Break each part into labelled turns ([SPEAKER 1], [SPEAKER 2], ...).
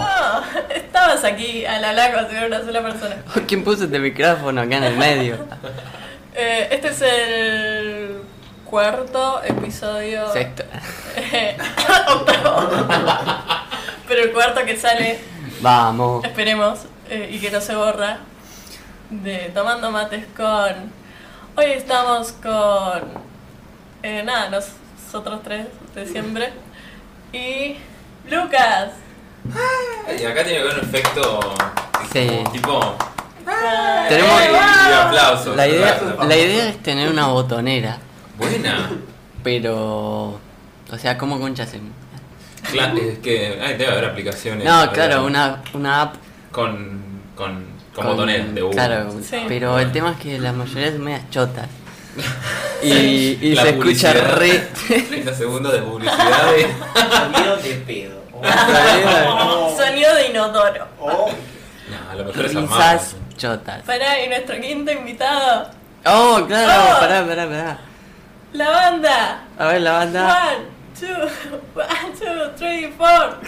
[SPEAKER 1] Ah, estabas aquí a la larga si era una sola persona.
[SPEAKER 2] ¿Quién puso este micrófono acá en el medio?
[SPEAKER 1] Eh, este es el cuarto episodio.
[SPEAKER 2] Sexto.
[SPEAKER 1] Eh, octavo. Pero el cuarto que sale,
[SPEAKER 2] Vamos.
[SPEAKER 1] esperemos, eh, y que no se borra, de Tomando Mates con. Hoy estamos con. eh, nada, nosotros tres de siempre. Y. Lucas.
[SPEAKER 3] Y acá tiene que haber un efecto
[SPEAKER 2] Sí.
[SPEAKER 3] tipo
[SPEAKER 2] Tenemos-
[SPEAKER 3] eh, y aplausos.
[SPEAKER 2] La idea,
[SPEAKER 3] ¿verdad?
[SPEAKER 2] la idea es tener una botonera,
[SPEAKER 3] Buena.
[SPEAKER 2] pero. O sea, ¿cómo concha hacemos?
[SPEAKER 3] Cla- es que ay, debe haber aplicaciones.
[SPEAKER 2] No,
[SPEAKER 3] ¿verdad?
[SPEAKER 2] claro, una, una app.
[SPEAKER 3] Con, con, con, botones de U.
[SPEAKER 2] Claro,
[SPEAKER 1] Sí.
[SPEAKER 2] pero el tema es que la mayoría es medias chotas. Y, y
[SPEAKER 3] La
[SPEAKER 2] se escucha
[SPEAKER 3] publicidad.
[SPEAKER 2] re.
[SPEAKER 3] 30 segundos de publicidad. de-
[SPEAKER 4] Sonido de pedo. Oh,
[SPEAKER 2] Sonido-
[SPEAKER 4] oh,
[SPEAKER 1] Sonido de inodoro.
[SPEAKER 4] oh.
[SPEAKER 3] No, a lo mejor es armado.
[SPEAKER 2] risas chotas.
[SPEAKER 1] Pará, y nuestro quinto invitado,
[SPEAKER 2] Oh,
[SPEAKER 1] Oh.
[SPEAKER 2] claro, pará, pará, pará.
[SPEAKER 1] la banda.
[SPEAKER 2] A ver, la banda.
[SPEAKER 1] One, two, one, two, three, four.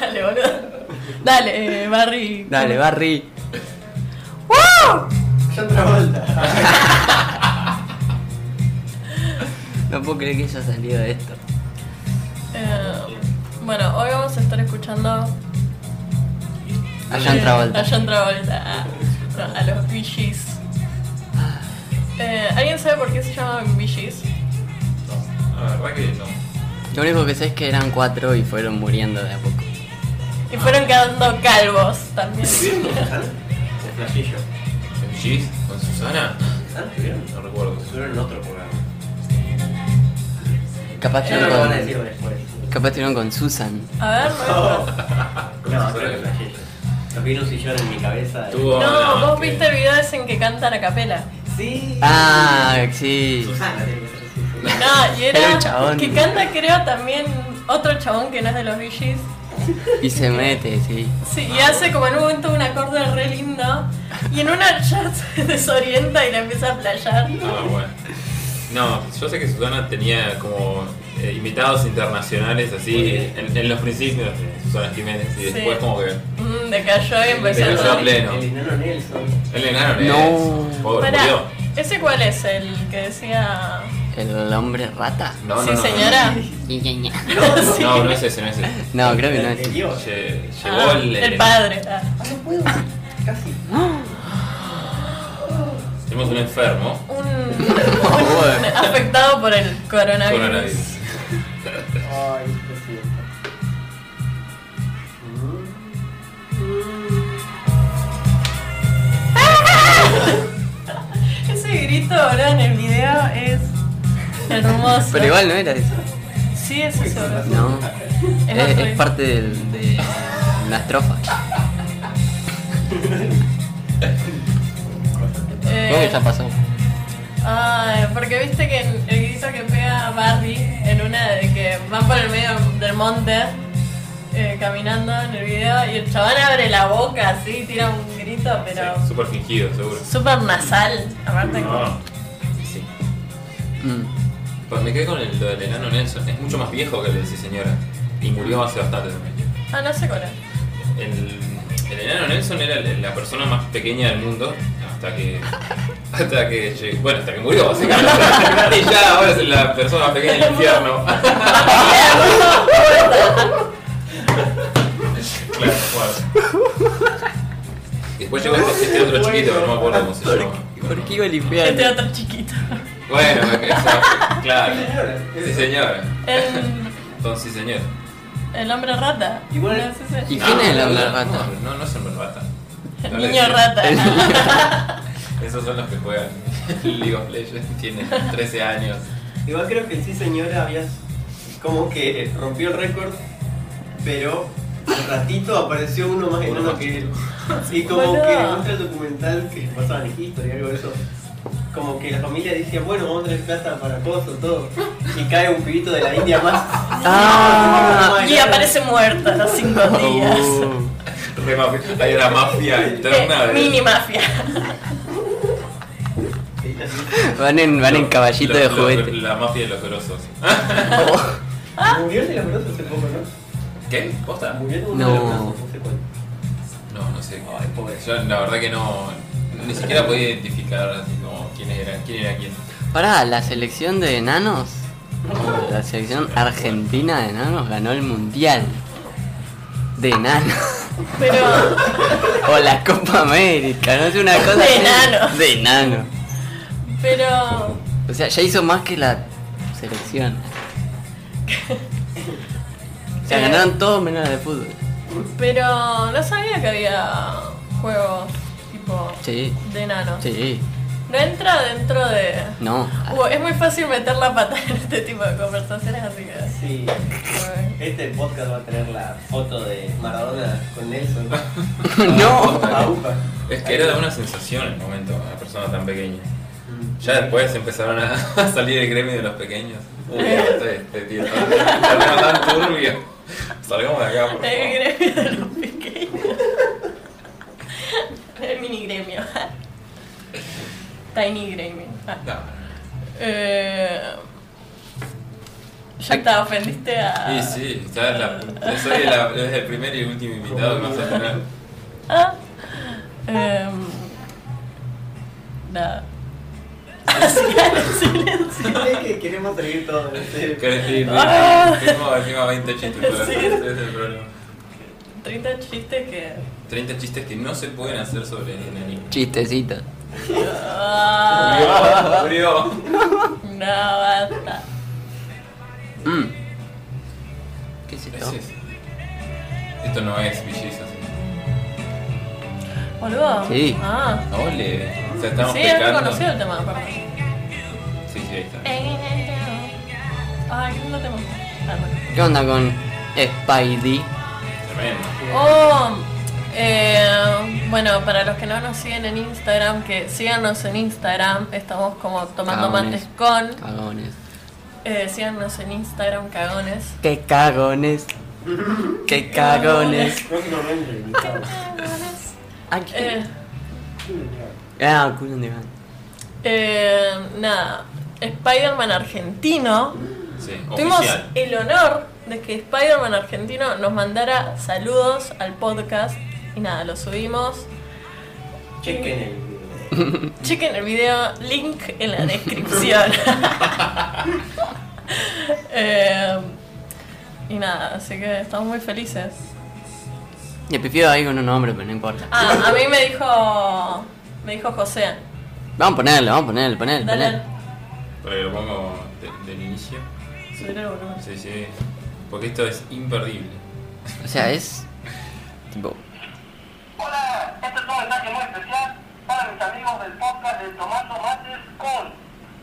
[SPEAKER 1] Dale, boludo. Dale, eh, Barry.
[SPEAKER 2] Dale, Barry.
[SPEAKER 1] ¡Woo!
[SPEAKER 4] John Travolta.
[SPEAKER 2] No puedo creer que haya salido de esto.
[SPEAKER 1] Eh, bueno, hoy vamos a estar escuchando
[SPEAKER 2] A John
[SPEAKER 1] eh,
[SPEAKER 2] Travolta.
[SPEAKER 1] A John Travolta. a- no, a los Bee Gees.
[SPEAKER 2] Ah.
[SPEAKER 1] Eh, ¿Alguien sabe por qué se llaman Bee Gees?
[SPEAKER 3] No, la verdad que no.
[SPEAKER 2] Lo único que sé es que eran cuatro y fueron muriendo de a poco.
[SPEAKER 1] Y fueron quedando calvos también.
[SPEAKER 4] El flashillo.
[SPEAKER 3] ¿Con Gis? ¿Con Susana?
[SPEAKER 4] ¿Ah? ¿Tuvieron?
[SPEAKER 3] No recuerdo.
[SPEAKER 4] Estuvieron en otro programa.
[SPEAKER 2] Capaz
[SPEAKER 4] Ya no
[SPEAKER 2] estuvieron
[SPEAKER 4] lo van a
[SPEAKER 2] con,
[SPEAKER 4] decir después.
[SPEAKER 2] capaz estuvieron con Susan.
[SPEAKER 1] A ver,
[SPEAKER 4] Oh.
[SPEAKER 1] bueno.
[SPEAKER 4] No, creo que el flashillo. Los vi en un sillón en mi cabeza.
[SPEAKER 3] Tuvo-
[SPEAKER 1] No,
[SPEAKER 3] no,
[SPEAKER 1] vos
[SPEAKER 3] que-
[SPEAKER 1] viste el video ese en que cantan a capela.
[SPEAKER 4] Sí.
[SPEAKER 2] Ah, sí.
[SPEAKER 4] Susana tiene que ser Susana.
[SPEAKER 1] No, y era
[SPEAKER 2] Era un chabón.
[SPEAKER 1] que canta creo también otro chabón que no es de los VGs.
[SPEAKER 2] Y se mete, sí.
[SPEAKER 1] Sí, y hace como en un momento un acorde re lindo. Y en una ya se desorienta y la empieza a playar.
[SPEAKER 3] Ah, bueno. No, yo sé que Susana tenía como eh, invitados internacionales así en, en los principios, eh, Susana Jiménez, y
[SPEAKER 1] Sí.
[SPEAKER 3] después como que
[SPEAKER 1] Mm, decayó y empezó
[SPEAKER 3] Decayó
[SPEAKER 1] a
[SPEAKER 3] a pleno.
[SPEAKER 4] El enano Nelson.
[SPEAKER 3] él le ganaron. eh,
[SPEAKER 2] No.
[SPEAKER 3] Pobre,
[SPEAKER 1] Pará,
[SPEAKER 3] murió.
[SPEAKER 1] ¿ese cuál es? El que decía.
[SPEAKER 2] El hombre rata.
[SPEAKER 3] No, no,
[SPEAKER 1] sí,
[SPEAKER 3] no,
[SPEAKER 1] señora.
[SPEAKER 3] No, no,
[SPEAKER 1] Sí.
[SPEAKER 3] no, no es ese, no es ese.
[SPEAKER 2] No, creo que no
[SPEAKER 4] El
[SPEAKER 2] es.
[SPEAKER 4] Dios.
[SPEAKER 3] Lle- llegó
[SPEAKER 1] Ah,
[SPEAKER 3] el,
[SPEAKER 1] el padre. ah.
[SPEAKER 4] Ah, no puedo. Casi.
[SPEAKER 3] Tenemos un enfermo.
[SPEAKER 1] Un, un afectado por el coronavirus.
[SPEAKER 3] Coronavirus.
[SPEAKER 4] Ay, lo siento.
[SPEAKER 1] Ese grito ahora en el video es hermoso.
[SPEAKER 2] Pero igual no era eso.
[SPEAKER 1] Sí, es eso.
[SPEAKER 2] No.
[SPEAKER 1] Es
[SPEAKER 2] Es,
[SPEAKER 1] otro.
[SPEAKER 2] Eh, es parte del- de la estrofa.
[SPEAKER 1] Eh,
[SPEAKER 2] Creo que ya pasó.
[SPEAKER 1] Ay, porque viste que el el grito que pega Barry en una de que van por el medio del monte eh, caminando en el video y el chabón abre la boca así, tira un grito, pero
[SPEAKER 3] Sí, Súper fingido, seguro.
[SPEAKER 1] súper nasal. Aparte,
[SPEAKER 3] No. Sí.
[SPEAKER 2] Mm.
[SPEAKER 3] Pues me quedé con el, lo del enano Nelson. Es mucho más viejo que el de sí, señora. Y murió hace bastante también.
[SPEAKER 1] ah, no sé cuál es.
[SPEAKER 3] El, el enano Nelson era la- la persona más pequeña del mundo hasta que. Hasta que llegó- Bueno, hasta que murió, básicamente. y ya ahora es la persona más pequeña del infierno. claro, bueno. Después llegó este, este otro chiquito, que no me acuerdo cómo se llama.
[SPEAKER 2] ¿Por qué
[SPEAKER 1] Este
[SPEAKER 2] Olimpiano?
[SPEAKER 1] otro chiquito.
[SPEAKER 3] Bueno, eso, claro. Sí, señora.
[SPEAKER 1] El,
[SPEAKER 3] Entonces, sí, señor.
[SPEAKER 1] el hombre rata.
[SPEAKER 4] Igual-
[SPEAKER 1] No sé si-
[SPEAKER 2] ¿Y quién es el
[SPEAKER 3] no,
[SPEAKER 2] hombre
[SPEAKER 3] no,
[SPEAKER 2] rata?
[SPEAKER 3] No, no, es el hombre rata. No
[SPEAKER 1] El
[SPEAKER 3] le
[SPEAKER 1] niño
[SPEAKER 3] digo.
[SPEAKER 1] rata.
[SPEAKER 3] Esos son los que juegan League of Legends, tienen 13 años.
[SPEAKER 4] Igual creo que sí, señora, habías como que rompió el récord, pero al ratito apareció uno más
[SPEAKER 3] Uno
[SPEAKER 4] enano
[SPEAKER 3] más
[SPEAKER 4] que él.
[SPEAKER 3] chiquito.
[SPEAKER 4] Y como
[SPEAKER 1] Boludo.
[SPEAKER 4] que muestra el documental que pasaban en History, algo de eso. Como que la familia decía, bueno, vamos a tener plata para cosas, todo. Y cae un pibito de la India más.
[SPEAKER 2] Ah.
[SPEAKER 1] Y aparece muerta a los cinco días.
[SPEAKER 2] Uh,
[SPEAKER 3] Re mafia- Hay una mafia interna
[SPEAKER 1] Eh,
[SPEAKER 3] de.
[SPEAKER 1] mini mafia.
[SPEAKER 2] Van en, van en
[SPEAKER 3] Los-
[SPEAKER 2] caballito
[SPEAKER 3] los-
[SPEAKER 2] de
[SPEAKER 3] los-
[SPEAKER 2] juguete. Oh.
[SPEAKER 3] La mafia de los grosos.
[SPEAKER 4] Murió el de los brazos hace poco, ¿no?
[SPEAKER 3] ¿Qué? ¿Posta?
[SPEAKER 4] Murió el de
[SPEAKER 2] No.
[SPEAKER 4] los brazos, no sé cuál.
[SPEAKER 3] No, no sé.
[SPEAKER 4] Ay, pobre.
[SPEAKER 3] Yo la verdad que no. Ni siquiera podía identificar así como quiénes eran, quién era quién.
[SPEAKER 2] Pará, la selección de enanos. La selección argentina de enanos ganó el mundial de enanos.
[SPEAKER 1] Pero
[SPEAKER 2] O la Copa América, no es una cosa.
[SPEAKER 1] De
[SPEAKER 2] así.
[SPEAKER 1] enanos.
[SPEAKER 2] De enano.
[SPEAKER 1] pero
[SPEAKER 2] O sea, ya hizo más que la selección. O sea,
[SPEAKER 1] Eh.
[SPEAKER 2] ganaron todos menos la de fútbol.
[SPEAKER 1] pero no sabía que había juegos tipo
[SPEAKER 2] Sí,
[SPEAKER 1] de enanos.
[SPEAKER 2] sí,
[SPEAKER 1] No entra dentro de
[SPEAKER 2] no.
[SPEAKER 1] Uh, es muy fácil meter la pata en este tipo de conversaciones, así que.
[SPEAKER 4] Sí,
[SPEAKER 1] bueno.
[SPEAKER 4] este podcast va a tener la foto de Maradona con Nelson.
[SPEAKER 2] no.
[SPEAKER 4] A UPA.
[SPEAKER 3] Es que era una sensación en el momento, una persona tan pequeña. Ya después empezaron a, a salir el gremio de los pequeños. Uy, este, este tío, está tan turbio. Salgamos de acá, por
[SPEAKER 1] El
[SPEAKER 3] favor.
[SPEAKER 1] gremio de los pequeños. El mini gremio. Tiny gremio. Ah.
[SPEAKER 3] No.
[SPEAKER 1] Eh, ya te ofendiste a.
[SPEAKER 3] Y sí, ya es la, yo soy la- es el primer y último invitado que vas a tener.
[SPEAKER 1] Ah. Em, nada. Así el silencio.
[SPEAKER 4] Sí, que queremos seguir todo. sí.
[SPEAKER 3] Que decir,
[SPEAKER 1] Ah.
[SPEAKER 3] tengo encima 20 chistes, pero
[SPEAKER 1] Sí.
[SPEAKER 3] ese es el problema.
[SPEAKER 1] 30 chistes que.
[SPEAKER 3] 30 chistes que no se pueden hacer sobre el enanito.
[SPEAKER 2] Chistecito.
[SPEAKER 1] Ah,
[SPEAKER 3] Murió, murió.
[SPEAKER 1] no, basta.
[SPEAKER 2] Mm. ¿Qué es esto?
[SPEAKER 3] Ese es- Esto no es belleza. sí.
[SPEAKER 1] Boludo.
[SPEAKER 2] Sí.
[SPEAKER 1] Ah.
[SPEAKER 3] Ole, o sea, estamos
[SPEAKER 1] sí, es
[SPEAKER 3] pecando.
[SPEAKER 1] reconocido Eh. el tema, perdón.
[SPEAKER 3] Sí, sí, ahí está.
[SPEAKER 1] Ay, qué lindo tema. Ah, no.
[SPEAKER 2] ¿Qué onda con Spidey?
[SPEAKER 3] Tremendo.
[SPEAKER 1] Oh, eh, bueno, para los que no nos siguen en Instagram, que síganos en Instagram, estamos como tomando
[SPEAKER 2] Cagones.
[SPEAKER 1] mates con.
[SPEAKER 2] Cagones.
[SPEAKER 1] Eh, síganos en Instagram, cagones.
[SPEAKER 2] ¡Qué cagones! ¡Qué cagones!
[SPEAKER 4] Próximamente invitado.
[SPEAKER 2] Aquí.
[SPEAKER 1] Eh,
[SPEAKER 2] Ah, culo de van.
[SPEAKER 1] eh, nada, Spider-Man argentino.
[SPEAKER 3] Sí,
[SPEAKER 1] Tuvimos
[SPEAKER 3] oficial.
[SPEAKER 1] el honor de que Spider-Man argentino nos mandara saludos al podcast y nada, lo subimos.
[SPEAKER 4] Chequen el video.
[SPEAKER 1] Chequen el video, link en la descripción. Eh, y nada, así que estamos muy felices.
[SPEAKER 2] Le prefiero ahí con un nombre, pero no importa.
[SPEAKER 1] Ah, a mí me dijo. Me dijo José.
[SPEAKER 2] Vamos a ponerlo, vamos a ponerlo, ponerlo,
[SPEAKER 1] Dale,
[SPEAKER 2] ponerlo.
[SPEAKER 3] Pero lo pongo de- del inicio.
[SPEAKER 1] subir el volumen.
[SPEAKER 3] Sí, sí. Porque esto es imperdible.
[SPEAKER 2] O sea, es. Tipo.
[SPEAKER 5] Hola, este es un mensaje muy especial para mis amigos del podcast de Tomando Mates con.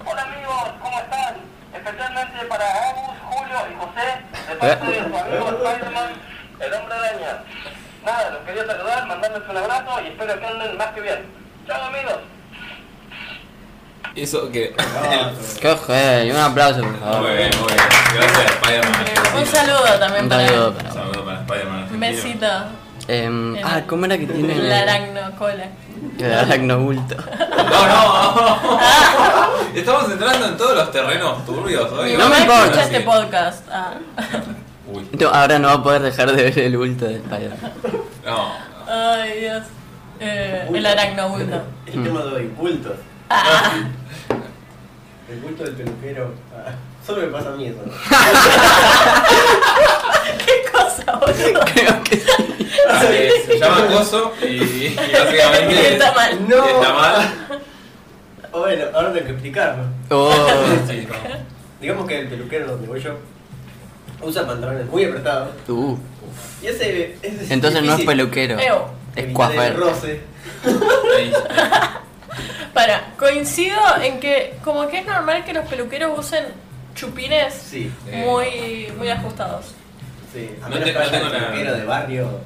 [SPEAKER 5] Hola amigos, ¿cómo están? Especialmente para Agus, Julio y José, de parte de su amigo Spider-Man, el hombre araña. Nada, los quería saludar, mandarles un abrazo y espero que anden más que bien. Chao amigos.
[SPEAKER 3] Eso que.
[SPEAKER 2] ¡Qué joder! Un aplauso, por favor.
[SPEAKER 3] Ah, Muy bien, muy bien. Gracias, Spider-Man. argentino.
[SPEAKER 1] Un saludo también
[SPEAKER 2] Un
[SPEAKER 1] para.
[SPEAKER 2] saludo
[SPEAKER 3] Un
[SPEAKER 2] para vos.
[SPEAKER 3] saludo para Spider-Man. argentino.
[SPEAKER 1] Un besito.
[SPEAKER 2] Em,
[SPEAKER 1] Bien.
[SPEAKER 2] ah, ¿cómo era que tiene el,
[SPEAKER 1] Eh, La aracno cola.
[SPEAKER 2] el aracnobulto?
[SPEAKER 3] No, no. Estamos entrando en todos los terrenos turbios hoy.
[SPEAKER 1] Mi
[SPEAKER 2] No
[SPEAKER 1] mamá
[SPEAKER 2] me importa.
[SPEAKER 1] escucha
[SPEAKER 3] Así
[SPEAKER 1] este
[SPEAKER 3] que-
[SPEAKER 1] podcast. Ah.
[SPEAKER 3] Uy.
[SPEAKER 2] No, ahora no va a poder dejar de ver el bulto de Spider-Man.
[SPEAKER 3] No.
[SPEAKER 1] Ay, Dios. Eh, el aracnobulto.
[SPEAKER 4] El tema de hoy, bultos.
[SPEAKER 1] Ah.
[SPEAKER 4] El bulto del peluquero. Ah, Solo me pasa a mí eso.
[SPEAKER 1] ¿Qué cosa, boludo?
[SPEAKER 2] Creo que sí.
[SPEAKER 3] Parece, Eh, llama Coso y, y básicamente
[SPEAKER 1] Está mal.
[SPEAKER 4] No.
[SPEAKER 3] está mal.
[SPEAKER 4] Bueno, ahora tengo que explicarlo.
[SPEAKER 2] Oh,
[SPEAKER 3] Sí, no.
[SPEAKER 4] Digamos que el peluquero donde voy yo usa pantalones muy apretados.
[SPEAKER 2] tú.
[SPEAKER 4] Y ese, ese
[SPEAKER 2] Entonces no es
[SPEAKER 4] difícil
[SPEAKER 2] peluquero.
[SPEAKER 1] Ew.
[SPEAKER 2] Es
[SPEAKER 4] evitar el
[SPEAKER 2] coafer.
[SPEAKER 4] roce.
[SPEAKER 3] Ahí.
[SPEAKER 1] Para, coincido en que como que es normal que los peluqueros usen chupines
[SPEAKER 4] Sí,
[SPEAKER 3] Eh,
[SPEAKER 1] muy, muy ajustados.
[SPEAKER 4] sí. A
[SPEAKER 3] No
[SPEAKER 4] menos
[SPEAKER 3] te-
[SPEAKER 4] que
[SPEAKER 3] no
[SPEAKER 4] haya
[SPEAKER 3] tengo
[SPEAKER 4] un
[SPEAKER 3] nada.
[SPEAKER 4] peluquero de barrio,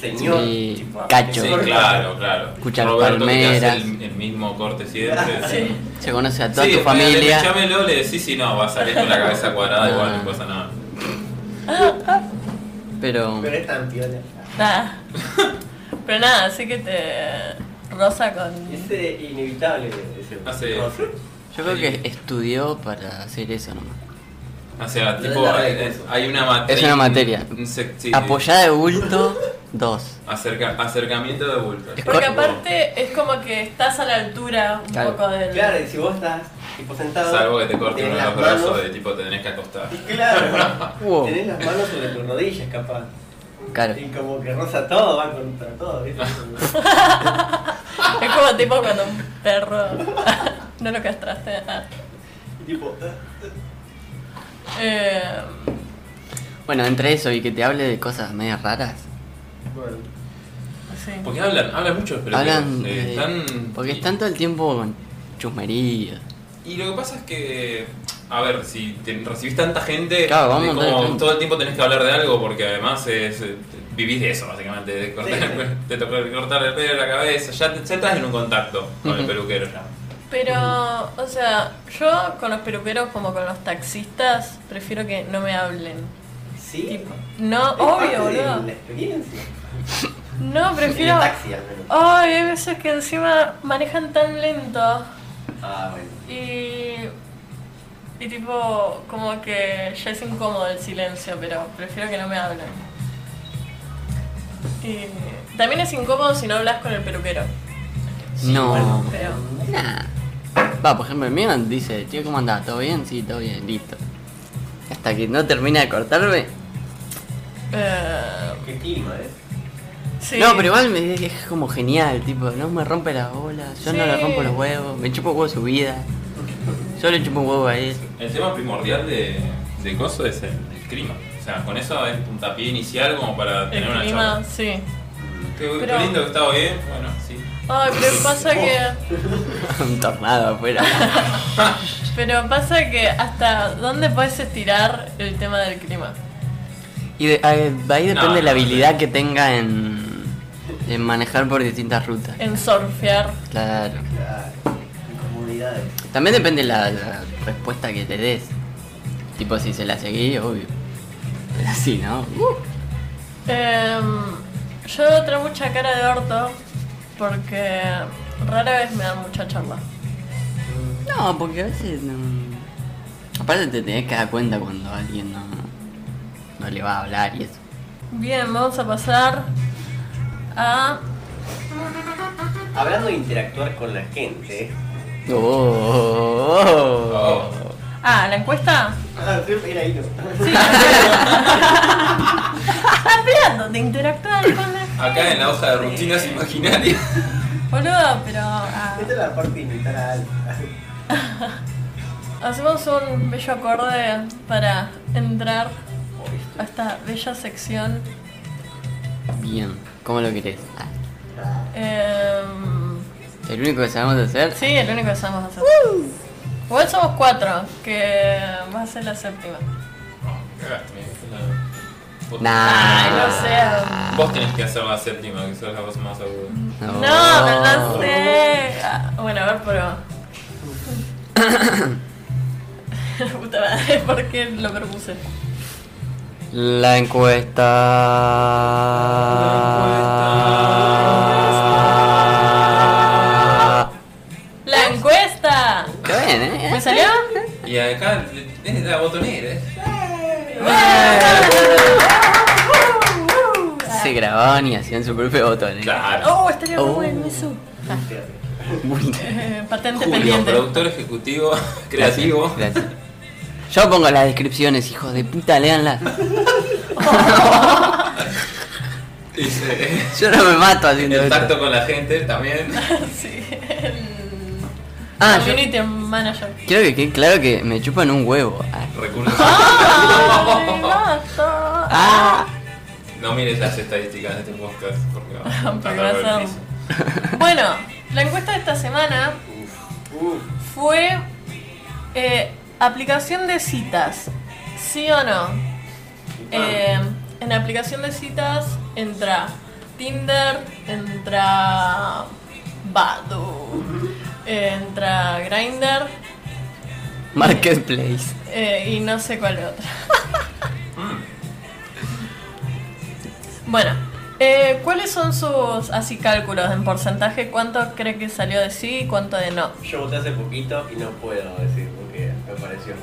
[SPEAKER 4] señor.
[SPEAKER 2] Sí,
[SPEAKER 4] tipo,
[SPEAKER 2] cacho.
[SPEAKER 3] Sí,
[SPEAKER 4] corta.
[SPEAKER 3] claro, claro.
[SPEAKER 2] Escucha
[SPEAKER 3] Roberto que te hace
[SPEAKER 2] palmeras.
[SPEAKER 3] El, el mismo corte siempre.
[SPEAKER 1] Sí.
[SPEAKER 2] Se conoce a toda
[SPEAKER 3] Sí,
[SPEAKER 2] tu
[SPEAKER 3] Le,
[SPEAKER 2] familia.
[SPEAKER 3] le, llámelo, le decís si no, va a salir con la cabeza cuadrada
[SPEAKER 2] Ah.
[SPEAKER 3] igual, no pasa nada.
[SPEAKER 2] Pero.
[SPEAKER 4] Pero es tan piola.
[SPEAKER 1] Nada. Pero nada, así que te rosa con...
[SPEAKER 4] Es eh, inevitable ese
[SPEAKER 3] Ah, sí.
[SPEAKER 4] roce.
[SPEAKER 2] Yo creo que estudió para hacer eso nomás.
[SPEAKER 3] O sea,
[SPEAKER 4] No
[SPEAKER 3] tipo,
[SPEAKER 4] es la regla.
[SPEAKER 3] es- hay una materia.
[SPEAKER 2] Es una materia.
[SPEAKER 3] un sec- sí,
[SPEAKER 2] Apoyada de bulto, dos.
[SPEAKER 3] acerca- acercamiento de bulto.
[SPEAKER 2] Es
[SPEAKER 1] Porque
[SPEAKER 2] Con-
[SPEAKER 1] aparte es como que estás a la altura un
[SPEAKER 2] Claro.
[SPEAKER 1] poco del...
[SPEAKER 4] Claro, y si vos estás tipo sentado.
[SPEAKER 3] Salvo que te corte
[SPEAKER 4] tenés
[SPEAKER 3] uno de los
[SPEAKER 4] las manos-
[SPEAKER 3] brazos de tipo te tenés que acostar.
[SPEAKER 4] Claro.
[SPEAKER 2] Wow.
[SPEAKER 4] Tenés las manos sobre tus rodillas, capaz.
[SPEAKER 2] Claro.
[SPEAKER 4] Y como que roza todo, va contra todo, ¿viste?
[SPEAKER 1] Es como tipo cuando un perro... no lo castraste. ah.
[SPEAKER 4] Y tipo. eh,
[SPEAKER 1] Eh,
[SPEAKER 2] Bueno, entre eso y que te hable de cosas medias raras.
[SPEAKER 4] Bueno.
[SPEAKER 1] sí.
[SPEAKER 3] Porque hablan, hablan mucho, pero
[SPEAKER 2] Hablan.
[SPEAKER 3] que, eh,
[SPEAKER 2] de-
[SPEAKER 3] están,
[SPEAKER 2] Porque
[SPEAKER 3] y-
[SPEAKER 2] están todo el tiempo con chusmerías.
[SPEAKER 3] Y lo que pasa es que, a ver, si te- recibís tanta gente,
[SPEAKER 2] Claro, vamos
[SPEAKER 3] es
[SPEAKER 2] a tener
[SPEAKER 3] como
[SPEAKER 2] que-
[SPEAKER 3] todo el tiempo tenés que hablar de algo, porque además es, eh, vivís de eso, básicamente, de cortar,
[SPEAKER 4] Sí, sí.
[SPEAKER 3] de tocar- cortar el pelo, la cabeza, ya, te- ya estás en un contacto con el
[SPEAKER 2] Ujú.
[SPEAKER 3] peluquero ya.
[SPEAKER 1] Pero, o sea, yo con los peluqueros como con los taxistas prefiero que no me hablen.
[SPEAKER 4] Sí.
[SPEAKER 1] Tipo, no,
[SPEAKER 4] Es parte
[SPEAKER 1] obvio,
[SPEAKER 4] de
[SPEAKER 1] boludo.
[SPEAKER 4] La experiencia.
[SPEAKER 1] No,
[SPEAKER 4] En
[SPEAKER 1] prefiero...
[SPEAKER 4] el taxi, al menos.
[SPEAKER 1] Ay, hay veces que encima manejan tan lento
[SPEAKER 4] Ah, bueno.
[SPEAKER 1] y... Y tipo, como que ya es incómodo el silencio, pero prefiero que no me hablen. Y también es incómodo si no hablas con el peluquero.
[SPEAKER 2] no.
[SPEAKER 1] Bueno, pero...
[SPEAKER 2] Nah. Va, por ejemplo, el mío dice, tío, ¿cómo andás? ¿Todo bien? Sí, todo bien, listo. Hasta que no termina de cortarme.
[SPEAKER 1] eh,
[SPEAKER 4] Qué clima, ¿eh?
[SPEAKER 1] sí.
[SPEAKER 2] No, pero igual me, es como genial, tipo, no me rompe las bolas, yo no le
[SPEAKER 1] Sí.
[SPEAKER 2] rompo los huevos, me chupo huevo su vida. Yo le chupo huevo a él.
[SPEAKER 3] El tema primordial de, de Coso es el, el clima. O sea, con eso es puntapié inicial como para tener
[SPEAKER 1] El
[SPEAKER 3] una
[SPEAKER 1] clima,
[SPEAKER 3] charla.
[SPEAKER 1] sí.
[SPEAKER 3] Qué, qué
[SPEAKER 1] Pero-
[SPEAKER 3] lindo que estaba bien, bueno, sí.
[SPEAKER 1] Ay, pero pasa que...
[SPEAKER 2] Un tornado afuera.
[SPEAKER 1] Pero pasa que hasta dónde puedes estirar el tema del clima.
[SPEAKER 2] Y de- a- ahí depende
[SPEAKER 3] No,
[SPEAKER 2] de la
[SPEAKER 3] no,
[SPEAKER 2] habilidad
[SPEAKER 3] no.
[SPEAKER 2] que tenga en, en manejar por distintas rutas.
[SPEAKER 1] En surfear.
[SPEAKER 2] Claro.
[SPEAKER 4] Claro. Incomodidades.
[SPEAKER 2] También depende la, la respuesta que te des. Tipo, si se la seguí, obvio. Pero así, ¿no? Uh,
[SPEAKER 1] Em, yo traigo mucha cara de orto porque rara vez me dan mucha charla.
[SPEAKER 2] No, porque a veces no... Aparte te tenés que dar cuenta cuando alguien no, no le va a hablar y eso.
[SPEAKER 1] Bien, vamos a pasar a...
[SPEAKER 4] Hablando de interactuar con la gente. ¿eh?
[SPEAKER 2] Oh.
[SPEAKER 1] Ah, ¿la encuesta?
[SPEAKER 4] Ah, sí, era hilo.
[SPEAKER 1] Sí, la encuesta. Hablando de interactuar con la...
[SPEAKER 3] Acá en la hoja de rutinas imaginarias.
[SPEAKER 1] Boludo, pero... ah.
[SPEAKER 4] Esta es la parte de invitar a alguien.
[SPEAKER 1] Hacemos un bello acorde para entrar a esta bella sección.
[SPEAKER 2] Bien, ¿cómo lo querés? Ah,
[SPEAKER 1] Em,
[SPEAKER 2] El único que sabemos hacer...
[SPEAKER 1] sí, el único que sabemos hacer. Igual somos cuatro, que va a ser la séptima.
[SPEAKER 3] Cagaste, me dijiste la- Vos-
[SPEAKER 2] Nah.
[SPEAKER 1] Ay, no sé.
[SPEAKER 3] Vos tenés que hacer la séptima, que sos la voz más aguda.
[SPEAKER 2] Oh.
[SPEAKER 1] No, no, no sé. Ah, Bueno, a ver, pero. Puta madre, ¿por qué lo propuse?
[SPEAKER 2] La encuesta.
[SPEAKER 1] ¡La encuesta!
[SPEAKER 2] Está bien, ¿eh?
[SPEAKER 1] ¿Me salió?
[SPEAKER 3] Y acá es la botonera, ¿eh?
[SPEAKER 2] Se grababan y hacían su propio botón, ¿eh?
[SPEAKER 3] Claro.
[SPEAKER 1] Oh, estaría muy
[SPEAKER 2] Oh.
[SPEAKER 1] bueno eso. Ah,
[SPEAKER 2] Gracias,
[SPEAKER 1] eh, patente
[SPEAKER 3] Julio,
[SPEAKER 1] pendiente.
[SPEAKER 3] productor ejecutivo, creativo.
[SPEAKER 2] gracias. Yo pongo las descripciones, hijos de puta, leanlas.
[SPEAKER 3] Dice,
[SPEAKER 2] Yo no me mato haciendo
[SPEAKER 3] el
[SPEAKER 2] esto.
[SPEAKER 3] tacto con la gente también.
[SPEAKER 1] sí, el
[SPEAKER 2] Ah, yo
[SPEAKER 1] community manager.
[SPEAKER 2] quiero que quede claro que me chupan un huevo. Ah.
[SPEAKER 3] Recursos.
[SPEAKER 1] ¡Ah, me mato!
[SPEAKER 2] Ah.
[SPEAKER 3] No mires las estadísticas de este podcast porque va a
[SPEAKER 2] Ah,
[SPEAKER 1] Porque
[SPEAKER 3] andar
[SPEAKER 1] vas
[SPEAKER 3] por el
[SPEAKER 1] a-
[SPEAKER 3] piso.
[SPEAKER 1] Bueno, la encuesta de esta semana
[SPEAKER 4] Uh,
[SPEAKER 1] fue eh, aplicación de citas, ¿sí o no?
[SPEAKER 2] Ah.
[SPEAKER 1] Eh, en aplicación de citas entra Tinder, entra Badu, entra Grindr
[SPEAKER 2] Marketplace.
[SPEAKER 1] eh, y no sé cuál otra. bueno, eh, ¿cuáles son sus así cálculos en porcentaje? ¿Cuánto cree que salió de sí y cuánto de no?
[SPEAKER 4] yo voté hace poquito y no puedo decir porque me pareció.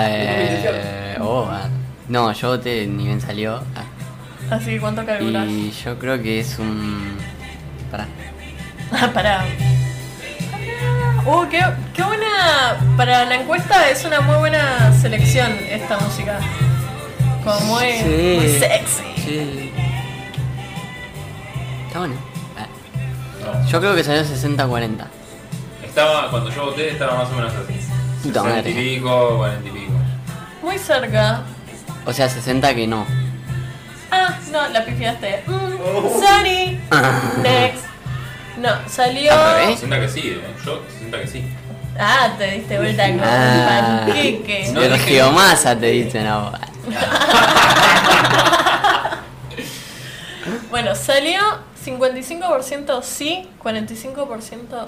[SPEAKER 2] Eh, oh, ah. No, yo te ni bien salió. Ah.
[SPEAKER 1] Así que cuánto calculas.
[SPEAKER 2] Y yo creo que es un. Pará.
[SPEAKER 1] Ah, pará. Uh, qué, qué buena. Para la encuesta es una muy buena selección esta música. Como muy,
[SPEAKER 2] Sí.
[SPEAKER 1] muy sexy.
[SPEAKER 2] Sí. Está bueno. Ah.
[SPEAKER 3] No.
[SPEAKER 2] Yo creo que salió 60-40.
[SPEAKER 3] Estaba, cuando yo voté estaba más o menos así.
[SPEAKER 2] Puta madre.
[SPEAKER 3] 60 y pico, 40 y pico.
[SPEAKER 1] Muy cerca.
[SPEAKER 2] O sea, 60 que no.
[SPEAKER 1] Ah, no, la pifiaste. Mm,
[SPEAKER 4] Oh.
[SPEAKER 1] Sorry.
[SPEAKER 2] Ah.
[SPEAKER 1] Next. No, salió.
[SPEAKER 2] Al revés. ¿Eh?
[SPEAKER 3] 60 que sí, eh. Yo 60 que sí. Eh,
[SPEAKER 1] Ah, te diste vuelta con
[SPEAKER 2] Ah.
[SPEAKER 1] el panqueque.
[SPEAKER 3] No
[SPEAKER 2] el
[SPEAKER 3] dije-
[SPEAKER 2] geomasa te dicen ahora.
[SPEAKER 1] Bueno, salió 55% sí, 45%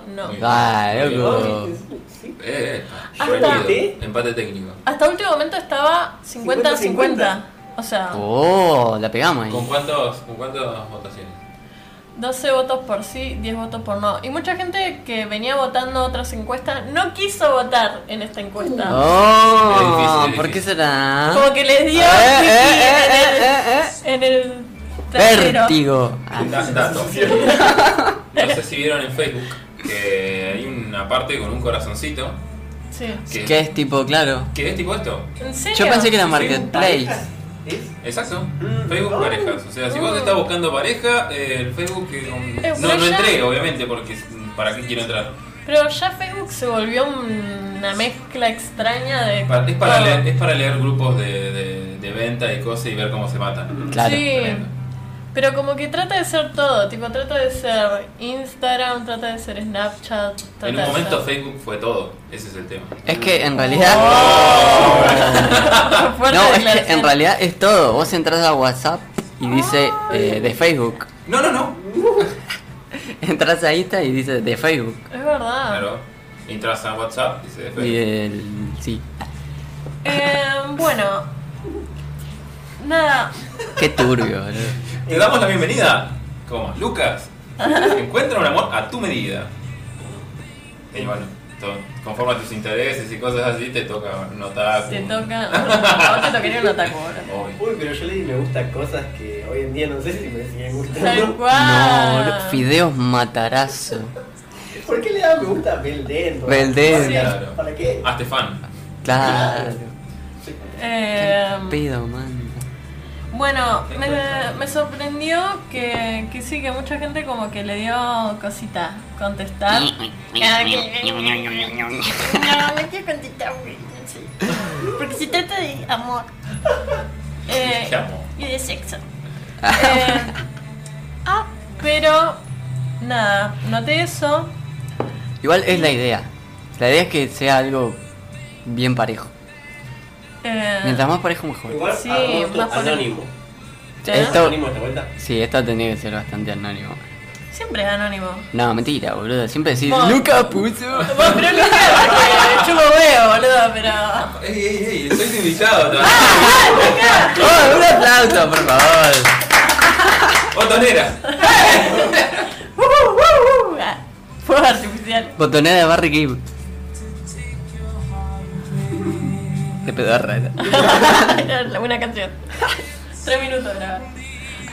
[SPEAKER 1] no.
[SPEAKER 3] Muy bien.
[SPEAKER 2] Ah, loco.
[SPEAKER 4] Sí.
[SPEAKER 3] Eh, eh.
[SPEAKER 2] Ah,
[SPEAKER 1] Hasta-
[SPEAKER 3] Prohibido. Empate técnico.
[SPEAKER 1] Hasta último momento estaba 50-50.
[SPEAKER 4] 50-50.
[SPEAKER 1] O sea,
[SPEAKER 2] Oh, la pegamos
[SPEAKER 3] ¿Con
[SPEAKER 2] ahí.
[SPEAKER 3] cuántos, con cuántas votaciones?
[SPEAKER 1] 12 votos por sí, 10 votos por no. Y mucha gente que venía votando otras encuestas no quiso votar en esta encuesta.
[SPEAKER 2] Oh,
[SPEAKER 3] Es difícil, es
[SPEAKER 2] ¿por qué
[SPEAKER 3] difícil.
[SPEAKER 2] será?
[SPEAKER 1] Ah. Como que les dio
[SPEAKER 2] Eh,
[SPEAKER 1] piqui
[SPEAKER 2] eh,
[SPEAKER 1] en el-
[SPEAKER 2] eh, eh, eh.
[SPEAKER 1] en el trasero.
[SPEAKER 2] Vértigo. Ah,
[SPEAKER 3] Da- dato. No sé si vieron en Facebook que hay una parte con un corazoncito
[SPEAKER 1] Sí.
[SPEAKER 3] que,
[SPEAKER 2] Que es tipo, claro.
[SPEAKER 3] que es tipo esto.
[SPEAKER 1] ¿En serio?
[SPEAKER 2] Yo pensé que era
[SPEAKER 3] Sí,
[SPEAKER 2] Marketplace.
[SPEAKER 4] ¿Es?
[SPEAKER 3] Exacto.
[SPEAKER 4] Mm.
[SPEAKER 3] Facebook
[SPEAKER 4] Oh.
[SPEAKER 3] parejas. O sea, si vos te estás buscando pareja, eh, el Facebook que
[SPEAKER 1] Eh,
[SPEAKER 3] no, no
[SPEAKER 1] pero ya-
[SPEAKER 3] entré, obviamente, porque mm, ¿para qué quiero entrar?
[SPEAKER 1] Pero ya Facebook se volvió una mezcla extraña de...
[SPEAKER 3] Pa- Es para,
[SPEAKER 1] todo.
[SPEAKER 3] leer, es para leer grupos de, de- de venta y cosas y ver cómo se matan.
[SPEAKER 2] Claro.
[SPEAKER 1] Sí.
[SPEAKER 3] Tremendo.
[SPEAKER 1] Pero como que trata de ser todo, tipo trata de ser Instagram, trata de ser Snapchat, trata
[SPEAKER 3] En
[SPEAKER 1] de
[SPEAKER 3] un momento
[SPEAKER 1] ser...
[SPEAKER 3] Facebook fue todo. Ese es el tema.
[SPEAKER 2] Es que en realidad.
[SPEAKER 3] Oh.
[SPEAKER 1] Fuerte
[SPEAKER 2] No, es que
[SPEAKER 1] declaración.
[SPEAKER 2] en realidad es todo. Vos entras a WhatsApp y dice eh, de Facebook.
[SPEAKER 3] No, no, no.
[SPEAKER 2] Entras a Insta y dice de Facebook.
[SPEAKER 1] Es verdad.
[SPEAKER 3] Claro. Entras a WhatsApp, dice Facebook.
[SPEAKER 2] Y el. Sí.
[SPEAKER 1] Eh, bueno. Nada.
[SPEAKER 2] Qué turbio, boludo.
[SPEAKER 3] Te damos la bienvenida, como Lucas. Encuentra un amor a tu medida. Y bueno, to- conforme a tus intereses y cosas así, te toca notar.
[SPEAKER 1] Te toca. A vos te tocaría un ataque,
[SPEAKER 4] Uy, pero yo le di me gusta a cosas que hoy en día no sé si me siguen
[SPEAKER 1] Tal
[SPEAKER 4] gustando.
[SPEAKER 2] No,
[SPEAKER 1] cual.
[SPEAKER 2] boludo, fideos matarazo.
[SPEAKER 4] ¿Por qué le da me gusta a Belden? bro?
[SPEAKER 2] Belden.
[SPEAKER 3] Claro.
[SPEAKER 4] ¿Para qué?
[SPEAKER 3] Hazte fan.
[SPEAKER 2] Claro.
[SPEAKER 1] Eh,
[SPEAKER 2] Pedo, man.
[SPEAKER 1] bueno, me, me sorprendió que, que sí, que mucha gente como que le dio cosita contestar. Ah, que- No, no quiero contestar, güey, no sé. Porque se trata de amor. Eh,
[SPEAKER 3] Te amo.
[SPEAKER 1] y de sexo. Eh, ah, pero nada, noté eso.
[SPEAKER 2] Igual es la idea. La idea es que sea algo bien parejo.
[SPEAKER 1] Eh,
[SPEAKER 2] Mientras más parejo, mejor.
[SPEAKER 4] Igual
[SPEAKER 1] Sí,
[SPEAKER 4] a
[SPEAKER 1] más
[SPEAKER 4] voto
[SPEAKER 1] por-
[SPEAKER 4] anónimo.
[SPEAKER 1] ¿eh?
[SPEAKER 2] Esto-
[SPEAKER 4] Anónimo esta vuelta.
[SPEAKER 2] Sí, esto tenía que ser bastante anónimo.
[SPEAKER 1] Siempre es anónimo.
[SPEAKER 2] No, mentira, boludo. Siempre decís,
[SPEAKER 1] Vos.
[SPEAKER 2] Luca puso.
[SPEAKER 1] Bueno, pero no sé, chupo huevo, boludo, pero.
[SPEAKER 3] Ey, ey, ey, soy invitado también.
[SPEAKER 2] Oh, un aplauso, por favor.
[SPEAKER 3] Botonera.
[SPEAKER 1] Uh, uh, uh, ah, Fuego artificial.
[SPEAKER 2] Botonera de Barry Gibb. Qué pedorra era.
[SPEAKER 1] Era Una canción. Tres minutos de grabar.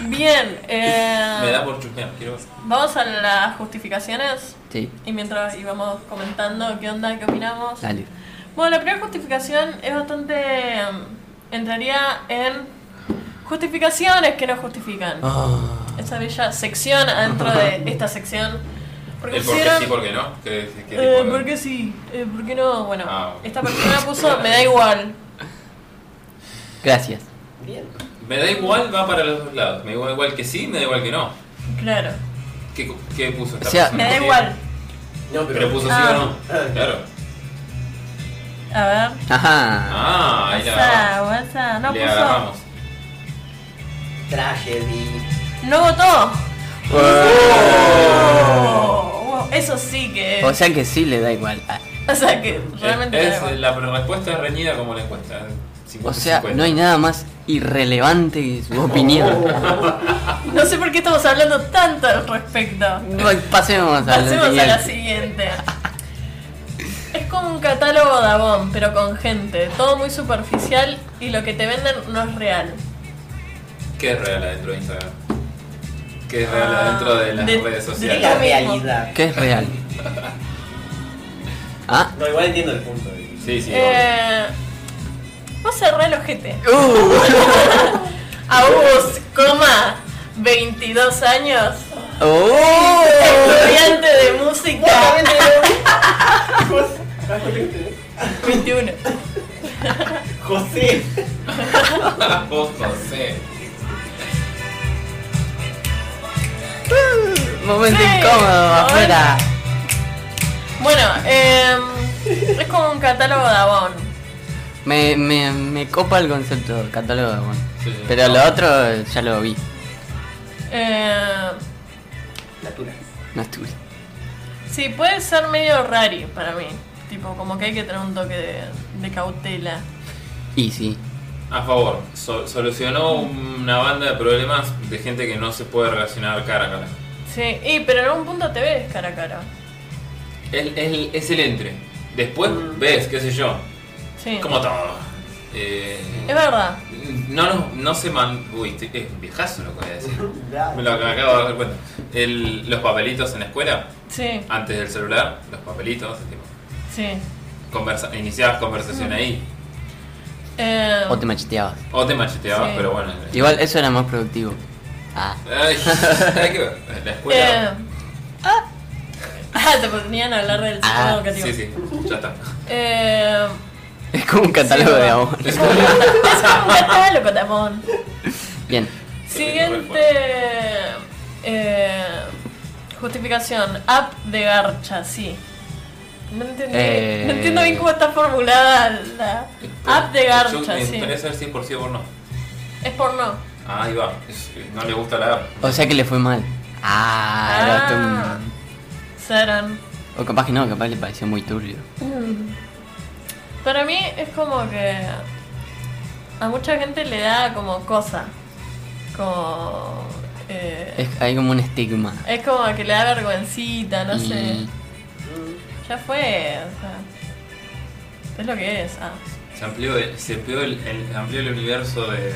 [SPEAKER 1] Bien, eh,
[SPEAKER 3] Me da por chusmear, quiero ver.
[SPEAKER 1] vamos a las justificaciones.
[SPEAKER 2] Sí,
[SPEAKER 1] Y mientras íbamos comentando qué onda, qué opinamos.
[SPEAKER 2] dale.
[SPEAKER 1] Bueno, la primera justificación es bastante. em, entraría mm, en Justificaciones que no justifican.
[SPEAKER 2] Ah.
[SPEAKER 1] Esa bella sección adentro de esta sección. Porque
[SPEAKER 3] El por qué
[SPEAKER 1] pusieron.
[SPEAKER 3] sí, por qué no. ¿Qué, qué- qué
[SPEAKER 1] eh,
[SPEAKER 3] tipo de-
[SPEAKER 1] ¿Por qué sí? Eh, ¿Por qué no? Bueno,
[SPEAKER 3] Ah, ok.
[SPEAKER 1] esta persona puso me da igual.
[SPEAKER 2] Gracias.
[SPEAKER 4] Bien.
[SPEAKER 3] Me da igual, va para los dos lados. Me da igual que sí, me da igual que no.
[SPEAKER 1] Claro.
[SPEAKER 3] ¿Qué, qué puso esta
[SPEAKER 2] O sea,
[SPEAKER 3] persona?
[SPEAKER 1] Me da
[SPEAKER 3] Sí.
[SPEAKER 1] igual.
[SPEAKER 4] No,
[SPEAKER 3] Pero puso sí
[SPEAKER 1] Ah.
[SPEAKER 3] o no. Claro.
[SPEAKER 1] A ver.
[SPEAKER 2] Ajá.
[SPEAKER 3] Ah, ahí la
[SPEAKER 1] WhatsApp, WhatsApp. No
[SPEAKER 3] Le
[SPEAKER 1] puso.
[SPEAKER 3] agarramos.
[SPEAKER 4] Tragedy.
[SPEAKER 1] No votó.
[SPEAKER 2] Oh.
[SPEAKER 1] Oh, wow, Eso sí que.
[SPEAKER 2] O sea que sí le da igual. Ah.
[SPEAKER 1] O sea que realmente. me da
[SPEAKER 3] Es,
[SPEAKER 1] igual.
[SPEAKER 3] es la respuesta es reñida como la encuesta. ¿eh? 50,
[SPEAKER 2] O sea, no hay nada más irrelevante que su opinión.
[SPEAKER 1] No sé por qué estamos hablando tanto al respecto.
[SPEAKER 2] Bueno, Pasemos a
[SPEAKER 1] Pasemos a la
[SPEAKER 2] la siguiente.
[SPEAKER 1] siguiente. Es como un catálogo de Avon, pero con gente. Todo muy superficial y lo que te venden no es real.
[SPEAKER 3] ¿Qué es real adentro de Instagram? ¿Qué es real
[SPEAKER 1] Ah,
[SPEAKER 3] adentro de las
[SPEAKER 1] de-
[SPEAKER 3] redes
[SPEAKER 1] de
[SPEAKER 3] sociales?
[SPEAKER 4] La
[SPEAKER 1] lo mismo.
[SPEAKER 4] realidad.
[SPEAKER 2] ¿Qué es real? ¿Ah?
[SPEAKER 4] No, igual entiendo el punto. de-
[SPEAKER 3] Sí, sí.
[SPEAKER 1] Eh, vos cerrá el ojete.
[SPEAKER 2] Uh.
[SPEAKER 1] Agus, coma, 22 años,
[SPEAKER 2] Oh.
[SPEAKER 1] estudiante de música. 21.
[SPEAKER 4] José.
[SPEAKER 3] obvio. Vos no sé.
[SPEAKER 2] Momento
[SPEAKER 1] Sí.
[SPEAKER 2] incómodo
[SPEAKER 1] Ay.
[SPEAKER 2] afuera.
[SPEAKER 1] Bueno, eh, es como un catálogo de Avon.
[SPEAKER 2] Me, me, me copa el concepto del catálogo de Avon.
[SPEAKER 3] Sí, sí.
[SPEAKER 2] Pero
[SPEAKER 3] No.
[SPEAKER 2] lo otro eh, ya lo vi.
[SPEAKER 1] Eh,
[SPEAKER 4] Natura.
[SPEAKER 2] No estuve.
[SPEAKER 1] sí, puede ser medio rari para mí. Tipo, como que hay que tener un toque de, de cautela.
[SPEAKER 2] Y sí.
[SPEAKER 3] A favor, so- solucionó una banda de problemas de gente que no se puede relacionar cara a cara.
[SPEAKER 1] Sí, y, pero en algún punto te ves cara a cara.
[SPEAKER 3] Es, es- es el entre. Después ves, qué sé yo.
[SPEAKER 1] Mm. Sí.
[SPEAKER 3] Como todo. Eh,
[SPEAKER 1] Es verdad.
[SPEAKER 3] no, no, no se man. Uy, te- es un viejazo lo que voy a decir. Me lo me acabo de dar cuenta. El- los papelitos en la escuela,
[SPEAKER 1] Sí,
[SPEAKER 3] antes del celular, los papelitos, tipo,
[SPEAKER 1] sí.
[SPEAKER 3] conversa, iniciabas
[SPEAKER 1] Mm.
[SPEAKER 3] conversación ahí.
[SPEAKER 1] Eh,
[SPEAKER 2] O te macheteabas.
[SPEAKER 3] O te macheteabas,
[SPEAKER 1] Sí.
[SPEAKER 3] pero bueno. eh,
[SPEAKER 2] Igual eso era más productivo. Ah.
[SPEAKER 3] Ay, hay que ver. La escuela.
[SPEAKER 1] eh, ah. Ah, te ponían a hablar del sistema
[SPEAKER 2] Ah,
[SPEAKER 1] educativo.
[SPEAKER 3] Sí, sí, ya está.
[SPEAKER 1] Eh,
[SPEAKER 2] Es como un catálogo
[SPEAKER 1] sí,
[SPEAKER 2] de
[SPEAKER 1] va.
[SPEAKER 2] Avon.
[SPEAKER 1] Es como un catálogo de Avon.
[SPEAKER 2] Bien.
[SPEAKER 1] Siguiente eh, justificación, app de garcha, sí. No, entendí-
[SPEAKER 2] Eh.
[SPEAKER 1] no entiendo bien cómo está formulada la app de garcha,
[SPEAKER 3] Yo- Me
[SPEAKER 1] sí.
[SPEAKER 3] interesa ver si es por sí o por no.
[SPEAKER 1] Es porno.
[SPEAKER 3] Ah, ahí va. Es- no le gusta la app.
[SPEAKER 2] O sea que le fue mal. Ah, era
[SPEAKER 1] Ah.
[SPEAKER 2] tum-
[SPEAKER 1] Saran.
[SPEAKER 2] O capaz que no, capaz le pareció muy turbio.
[SPEAKER 1] Mm. Para mí es como que a mucha gente le da como cosa. Como... eh, es,
[SPEAKER 2] Es, hay como un estigma.
[SPEAKER 1] como que le da vergüencita, no
[SPEAKER 2] Y-
[SPEAKER 1] sé. Ya fue, o sea. Es lo que es. Ah.
[SPEAKER 3] Se amplió el, se amplió el, el- amplió el universo de,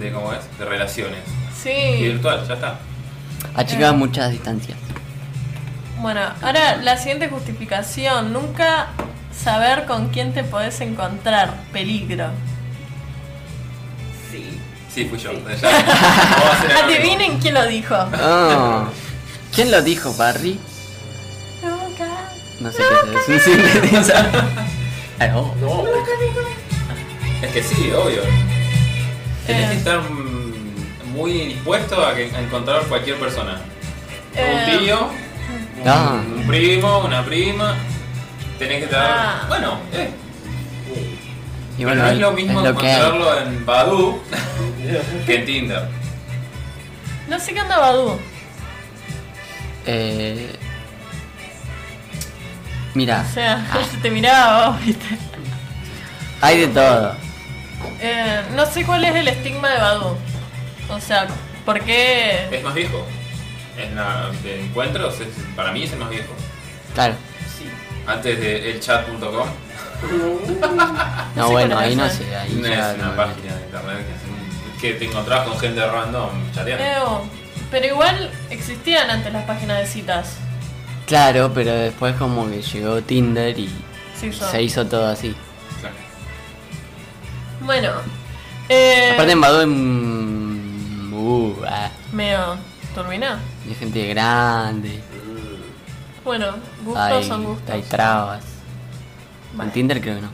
[SPEAKER 3] de. ¿Cómo es? De relaciones. Y
[SPEAKER 1] Sí.
[SPEAKER 3] virtual, ya está.
[SPEAKER 2] Achicaba
[SPEAKER 1] Eh.
[SPEAKER 2] muchas distancias.
[SPEAKER 1] Bueno, ahora la siguiente justificación. Nunca saber con quién te podés encontrar. Peligro.
[SPEAKER 4] Sí.
[SPEAKER 3] Sí, fui yo. Ya. No va a ser anónimo.
[SPEAKER 1] Adivinen quién lo dijo.
[SPEAKER 2] Oh. ¿Quién lo dijo, Barry?
[SPEAKER 1] Nunca.
[SPEAKER 2] No sé qué es. un sintetizador. Ay, oh.
[SPEAKER 4] No.
[SPEAKER 3] Es que sí, obvio. Tenés
[SPEAKER 1] Eh.
[SPEAKER 3] que estar mm, muy dispuesto a, que- a encontrar cualquier persona.
[SPEAKER 1] Eh.
[SPEAKER 3] Un tío, un,
[SPEAKER 2] Ah.
[SPEAKER 3] un primo, una prima. Tenés que estar.
[SPEAKER 1] Ah.
[SPEAKER 3] Bueno, eh.
[SPEAKER 2] Y
[SPEAKER 3] Pero
[SPEAKER 2] bueno,
[SPEAKER 3] no es lo mismo
[SPEAKER 2] es lo que hay.
[SPEAKER 3] encontrarlo en Badu que en Tinder.
[SPEAKER 1] No sé qué anda Badu.
[SPEAKER 2] Eh, Mira,
[SPEAKER 1] O sea, te miraba vos, viste.
[SPEAKER 2] hay de todo.
[SPEAKER 1] Eh, no sé cuál es el estigma de Badu. O sea, ¿por qué?
[SPEAKER 2] Eh,
[SPEAKER 3] Es más viejo. En la, de encuentros, es- para mí es el más viejo.
[SPEAKER 2] Claro.
[SPEAKER 4] Sí.
[SPEAKER 3] Antes de elchat.com,
[SPEAKER 2] No,
[SPEAKER 1] sé
[SPEAKER 2] bueno,
[SPEAKER 1] cuál
[SPEAKER 2] ahí no
[SPEAKER 1] es.
[SPEAKER 2] sé. Ahí
[SPEAKER 3] no
[SPEAKER 2] ya
[SPEAKER 3] es una
[SPEAKER 2] no-
[SPEAKER 3] página de internet que, es un- que te encontrás con gente random chateando.
[SPEAKER 1] Ew. Eh, Pero igual existían antes las páginas de citas.
[SPEAKER 2] Claro, pero después como que llegó Tinder y
[SPEAKER 1] Sí, yo.
[SPEAKER 2] se hizo todo así.
[SPEAKER 3] O sea,
[SPEAKER 1] Bueno. eh,
[SPEAKER 2] Aparte en Badoo es mm, uh, ah.
[SPEAKER 1] Meo, ¿turbina?
[SPEAKER 2] Y hay gente grande.
[SPEAKER 1] Bueno, gustos
[SPEAKER 2] hay,
[SPEAKER 1] son gustos.
[SPEAKER 2] hay trabas.
[SPEAKER 1] Vale.
[SPEAKER 2] En Tinder creo que no.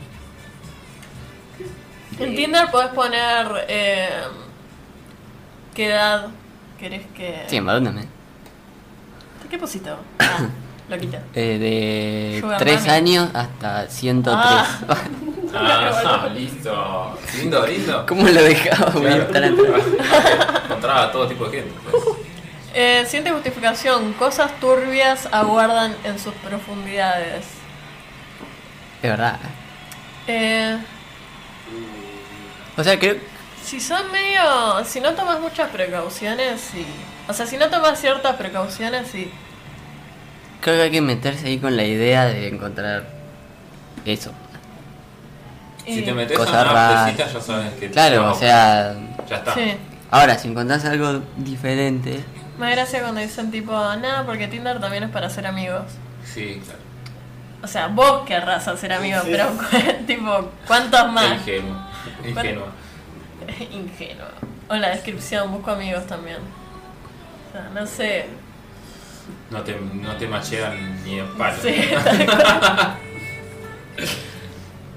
[SPEAKER 1] En Tinder podés poner eh, qué edad querés que.
[SPEAKER 2] Sí, en varón también.
[SPEAKER 1] ¿Qué pusiste? vos? Ah, lo quité.
[SPEAKER 2] Eh, de
[SPEAKER 1] Sugar
[SPEAKER 2] 3
[SPEAKER 1] Mami.
[SPEAKER 2] años hasta 103.
[SPEAKER 1] Ah.
[SPEAKER 3] Ah, listo. Lindo, lindo.
[SPEAKER 2] ¿Cómo lo dejaba güey,
[SPEAKER 3] Claro.
[SPEAKER 2] tan atrás?
[SPEAKER 3] Encontraba todo tipo de gente. pues.
[SPEAKER 1] Eh, siguiente justificación. Cosas turbias aguardan en sus profundidades.
[SPEAKER 2] De verdad.
[SPEAKER 1] Eh,
[SPEAKER 2] O sea, creo.
[SPEAKER 1] si son medio. Si no tomas muchas precauciones y. O sea, si no tomas ciertas precauciones y.
[SPEAKER 2] Creo que hay que meterse ahí con la idea de encontrar eso.
[SPEAKER 1] Eh,
[SPEAKER 3] Si te metes
[SPEAKER 2] Cosas
[SPEAKER 3] a una
[SPEAKER 2] raras.
[SPEAKER 3] pesita ya sabes que...
[SPEAKER 2] Claro, o sea.
[SPEAKER 3] Ya está.
[SPEAKER 1] Sí.
[SPEAKER 2] Ahora, si encontrás algo diferente,
[SPEAKER 1] Me da gracia cuando dicen tipo, nada, porque Tinder también es para ser amigos.
[SPEAKER 3] Sí, claro.
[SPEAKER 1] O sea, vos querrás hacer amigos,
[SPEAKER 4] Sí.
[SPEAKER 1] pero cu- tipo, ¿cuántos
[SPEAKER 3] Qué
[SPEAKER 1] más?
[SPEAKER 3] Ingenuo. Ingenuo.
[SPEAKER 1] Ingenuo. O en la descripción, busco amigos también. O sea, no sé.
[SPEAKER 3] No te, no te machean ni en palo.
[SPEAKER 1] Sí, tal cual.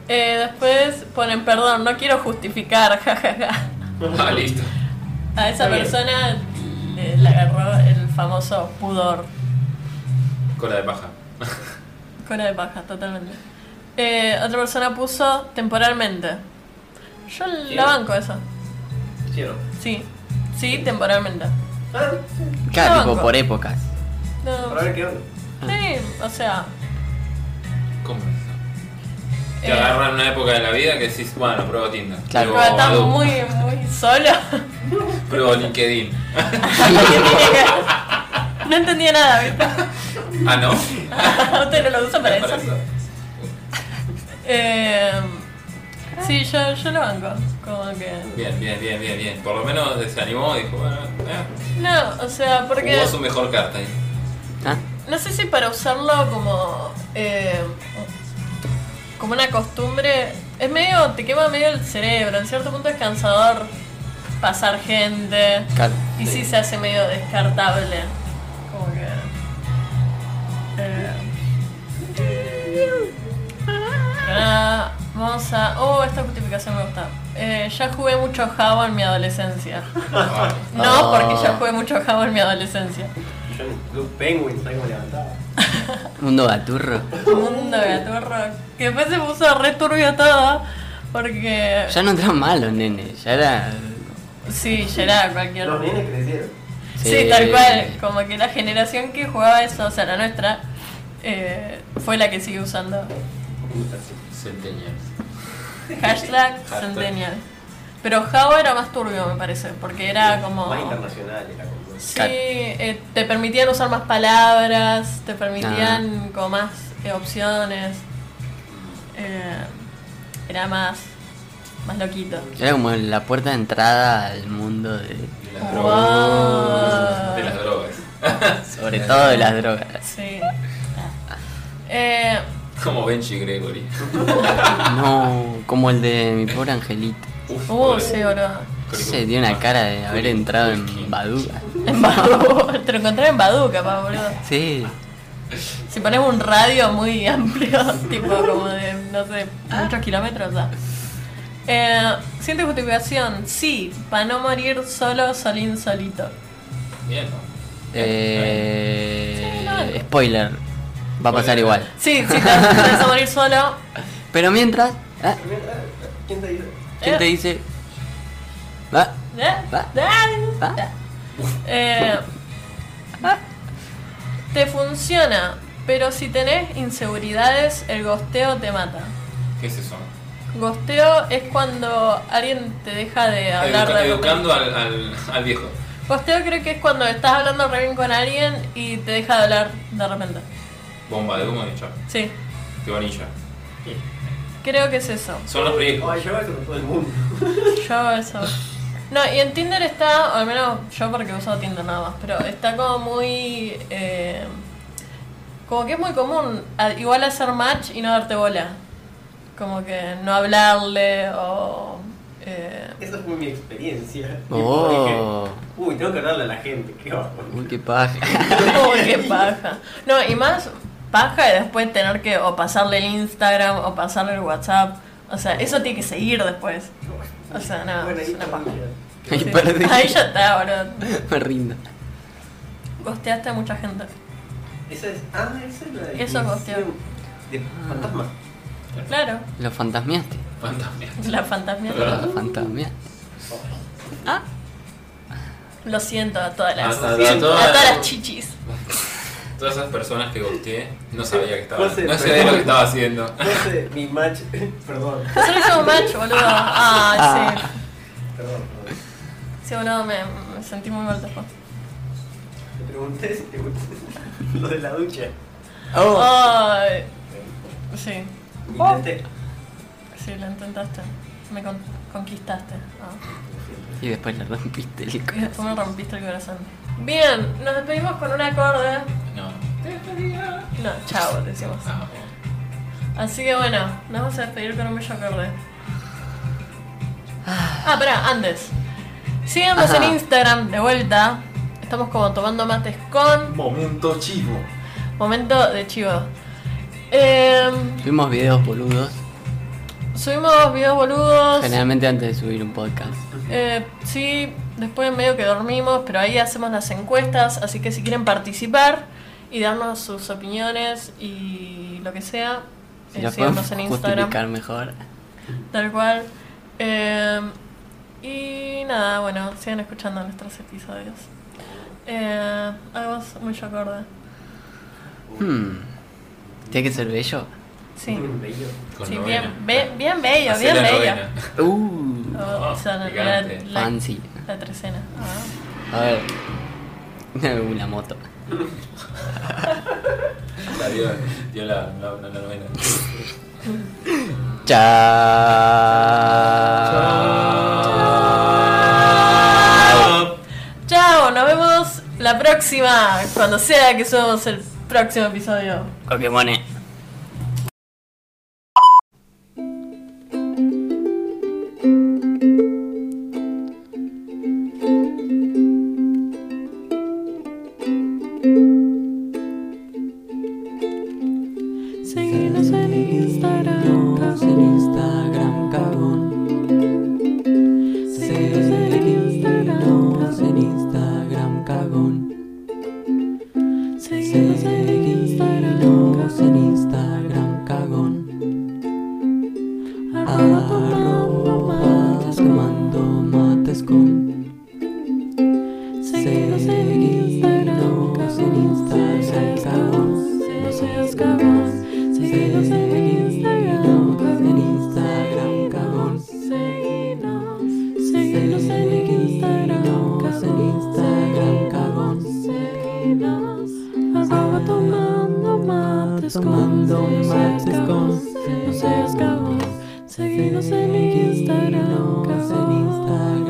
[SPEAKER 1] Eh, después ponen, perdón, no quiero justificar, jajaja.
[SPEAKER 3] Ah, listo.
[SPEAKER 1] A esa
[SPEAKER 3] Está bien.
[SPEAKER 1] persona eh, le, le agarró el famoso pudor.
[SPEAKER 3] Cola de paja.
[SPEAKER 1] Cola de paja, totalmente. Eh, otra persona puso temporalmente. Yo la
[SPEAKER 4] Quiero.
[SPEAKER 1] banco eso.
[SPEAKER 4] Quiero.
[SPEAKER 1] Sí, sí, temporalmente.
[SPEAKER 4] Ah, sí.
[SPEAKER 2] claro, tipo
[SPEAKER 1] banco.
[SPEAKER 2] por épocas.
[SPEAKER 1] No,
[SPEAKER 4] Para ver qué onda.
[SPEAKER 1] sí, o sea.
[SPEAKER 3] ¿Cómo es eso? Te
[SPEAKER 1] eh,
[SPEAKER 3] agarran una época de la vida que decís, bueno, pruebo Tinder.
[SPEAKER 1] pero
[SPEAKER 2] Claro.
[SPEAKER 3] pruebo,
[SPEAKER 1] estás
[SPEAKER 3] Badoo,
[SPEAKER 1] muy, muy solo.
[SPEAKER 3] pruebo LinkedIn.
[SPEAKER 1] no entendía nada, ¿viste?
[SPEAKER 3] Ah, ¿no?
[SPEAKER 1] Usted no lo usa para eso.
[SPEAKER 3] eso.
[SPEAKER 1] Eh, sí, yo, yo lo banco. Como que.
[SPEAKER 3] Bien, bien, bien, bien, bien. Por lo menos se animó y dijo, bueno, eh.
[SPEAKER 1] No, o sea, porque.
[SPEAKER 3] jugó su mejor carta ahí.
[SPEAKER 2] Ah,
[SPEAKER 1] No sé si para usarlo como. eh, como una costumbre. Es medio. te quema medio el cerebro. En cierto punto es cansador pasar gente.
[SPEAKER 2] claro.
[SPEAKER 1] Y sí se hace medio descartable. Como que. eh. Ah, vamos a. Oh, esta justificación me gusta. Eh, ya jugué mucho jabo en mi adolescencia.
[SPEAKER 3] Ah,
[SPEAKER 1] No, porque ya
[SPEAKER 2] Ah.
[SPEAKER 1] jugué mucho jabo en mi adolescencia.
[SPEAKER 4] Yo en el Club Penguin, ¿sabes cómo levantaba?
[SPEAKER 2] Mundo gaturro.
[SPEAKER 1] Mundo gaturro. Que después se puso re turbio todo. Porque.
[SPEAKER 2] Ya no entraban malos, nene. Ya era.
[SPEAKER 1] Sí, ya era cualquier.
[SPEAKER 4] Los nenes crecieron.
[SPEAKER 1] Sí,
[SPEAKER 2] eh,
[SPEAKER 1] tal cual. Como que la generación que jugaba eso, o sea, la nuestra, eh, fue la que sigue usando.
[SPEAKER 3] Centennials.
[SPEAKER 1] Hashtag
[SPEAKER 3] Hashtag.
[SPEAKER 1] Centennial. Pero Java era más turbio, me parece, porque era como.
[SPEAKER 4] Más internacional era como.
[SPEAKER 1] Sí, eh, te permitían usar más palabras, te permitían como más eh, opciones. Eh, era más. más loquito.
[SPEAKER 2] Era como la puerta de entrada al mundo de.
[SPEAKER 3] De las drogas.
[SPEAKER 1] Wow.
[SPEAKER 3] De las drogas.
[SPEAKER 2] Sobre todo de las drogas.
[SPEAKER 1] Sí. Eh,
[SPEAKER 3] Como Benji Gregory.
[SPEAKER 2] No, como el de mi pobre angelito.
[SPEAKER 3] Uf,
[SPEAKER 1] uh,
[SPEAKER 3] boludo.
[SPEAKER 1] sí, boludo.
[SPEAKER 2] Se tiene una cara de haber entrado en Baduga.
[SPEAKER 1] En Badoo. Te lo encontré en Badoo, capaz, boludo.
[SPEAKER 2] Sí,
[SPEAKER 1] Si ponemos un radio muy amplio, tipo como de, no sé, muchos kilómetros, ya. Eh, Siente justificación, sí, para no morir solo, solín, solito.
[SPEAKER 3] Bien, ¿no?
[SPEAKER 2] Eh, spoiler, va a pasar igual.
[SPEAKER 1] Sí, sí, te vas a morir solo.
[SPEAKER 2] Pero mientras, ah,
[SPEAKER 4] ¿Quién te dice?
[SPEAKER 2] ¿quién te dice? Ah,
[SPEAKER 1] ¿Eh?
[SPEAKER 2] Va.
[SPEAKER 1] Ah.
[SPEAKER 2] ah,
[SPEAKER 1] Eh, te funciona, pero si tenés inseguridades, el gosteo te mata.
[SPEAKER 3] ¿Qué es eso?
[SPEAKER 1] Gosteo es cuando alguien te deja de hablar
[SPEAKER 3] Educa-
[SPEAKER 1] de algo
[SPEAKER 3] educando al, al, al viejo.
[SPEAKER 1] Posteo creo que es cuando estás hablando re bien con alguien y te deja de hablar de repente.
[SPEAKER 3] Bomba de humo y chao.
[SPEAKER 1] Sí,
[SPEAKER 3] Qué bonilla.
[SPEAKER 1] creo que es eso.
[SPEAKER 3] Son los
[SPEAKER 4] Ay,
[SPEAKER 3] riesgos.
[SPEAKER 4] oh, yo eso con todo el mundo.
[SPEAKER 1] Yo hago eso. No, y en Tinder está, o al menos yo porque uso Tinder nada más, pero está como muy... eh, como que es muy común, a- igual hacer match y no darte bola. Como que no hablarle o Eh,
[SPEAKER 4] Esa fue mi experiencia. Y
[SPEAKER 2] Oh.
[SPEAKER 4] dije, Uy, tengo que hablarle a la gente, qué bajo.
[SPEAKER 2] Uy, qué paja.
[SPEAKER 1] Uy, qué paja. No, y más paja de después tener que o pasarle el Instagram o pasarle el WhatsApp. O sea, eso tiene que seguir después. O sea, no,
[SPEAKER 4] Bueno,
[SPEAKER 1] es
[SPEAKER 4] ahí
[SPEAKER 1] una
[SPEAKER 4] está.
[SPEAKER 1] paja.
[SPEAKER 2] Ahí
[SPEAKER 1] Sí.
[SPEAKER 2] perdí.
[SPEAKER 1] Ahí ya está, boludo.
[SPEAKER 2] Me rindo.
[SPEAKER 1] Gosteaste a mucha gente.
[SPEAKER 4] Esa es. Ah, esa es la de.
[SPEAKER 1] Eso es Ah. opción.
[SPEAKER 4] De fantasma.
[SPEAKER 1] Claro,
[SPEAKER 2] Lo fantasmeaste.
[SPEAKER 3] Fantasmia.
[SPEAKER 1] la fantasmía.
[SPEAKER 2] Lo fantasmeaste.
[SPEAKER 1] Ah, lo siento a todas las,
[SPEAKER 3] A- a- a
[SPEAKER 1] a todas las chichis.
[SPEAKER 3] Todas esas personas que gosteé no sabía que estaba.
[SPEAKER 4] José,
[SPEAKER 3] No sabía
[SPEAKER 4] perdón.
[SPEAKER 3] lo que estaba haciendo.
[SPEAKER 4] Entonces, mi match. Perdón,
[SPEAKER 1] Nosotros hicimos match, boludo. Ah, sí.
[SPEAKER 4] perdón, perdón.
[SPEAKER 1] Sí, boludo, me, me sentí muy mal después.
[SPEAKER 4] Te pregunté si te gusta lo de la ducha.
[SPEAKER 2] Oh.
[SPEAKER 1] Ay. sí.
[SPEAKER 4] Intenté.
[SPEAKER 1] Sí, lo intentaste. Me con- conquistaste. Ah.
[SPEAKER 2] Y después le rompiste el
[SPEAKER 1] Y después
[SPEAKER 2] corazón.
[SPEAKER 1] me rompiste el corazón. Bien, nos despedimos con un acorde.
[SPEAKER 3] No.
[SPEAKER 1] No, chao, decimos.
[SPEAKER 3] Ah,
[SPEAKER 1] Así que bueno, nos vamos a despedir con un bello acorde. Ah, pará, antes. Síganos
[SPEAKER 2] Ajá.
[SPEAKER 1] en Instagram de vuelta. Estamos como tomando mates con
[SPEAKER 3] Momento chivo.
[SPEAKER 1] momento de chivo. Em,
[SPEAKER 2] Tuvimos videos boludos.
[SPEAKER 1] subimos videos boludos.
[SPEAKER 2] Generalmente antes de subir un podcast.
[SPEAKER 1] Eh, sí, después medio que dormimos, pero ahí hacemos las encuestas, así que si quieren participar y darnos sus opiniones y lo que sea,
[SPEAKER 2] Si
[SPEAKER 1] eh,
[SPEAKER 2] lo podemos
[SPEAKER 1] síganos en Instagram,
[SPEAKER 2] justificar mejor.
[SPEAKER 1] tal cual. Eh, y nada, bueno, sigan escuchando nuestros episodios. Eh, hagamos mucho acorde.
[SPEAKER 2] Hmm. ¿Tiene que ser bello?
[SPEAKER 1] Sí,
[SPEAKER 4] Un bello.
[SPEAKER 3] Con
[SPEAKER 1] sí,
[SPEAKER 3] novena.
[SPEAKER 1] bien, be- bien bello,
[SPEAKER 3] Hacé
[SPEAKER 1] bien
[SPEAKER 3] la
[SPEAKER 1] bello.
[SPEAKER 3] novena. Ah,
[SPEAKER 2] Uh.
[SPEAKER 1] O- o sea, la- la,
[SPEAKER 3] Picante.
[SPEAKER 1] la-
[SPEAKER 2] Fancy.
[SPEAKER 1] la trecena. Ah.
[SPEAKER 2] A ver. Una moto.
[SPEAKER 3] La dio, dio la, la, la novena.
[SPEAKER 2] Chao.
[SPEAKER 1] Chao, nos vemos la próxima, cuando sea que subamos el próximo episodio.
[SPEAKER 2] Pokémon.
[SPEAKER 1] Seguimos en Instagram,
[SPEAKER 2] en Instagram, cagón. Seguinos en Instagram, cagón.
[SPEAKER 1] seguimos en
[SPEAKER 2] Seguinos en Instagram, cagón. Arroba tomando mates con.
[SPEAKER 1] seguimos en
[SPEAKER 2] Seguinos en Instagram, cagón. Seguinos en Instagram, cagón. Seguinos en Instagram, cagón.
[SPEAKER 6] tomando mates tomando mates con no seas cagón seguinos en Instagram
[SPEAKER 2] Seguinos en Instagram.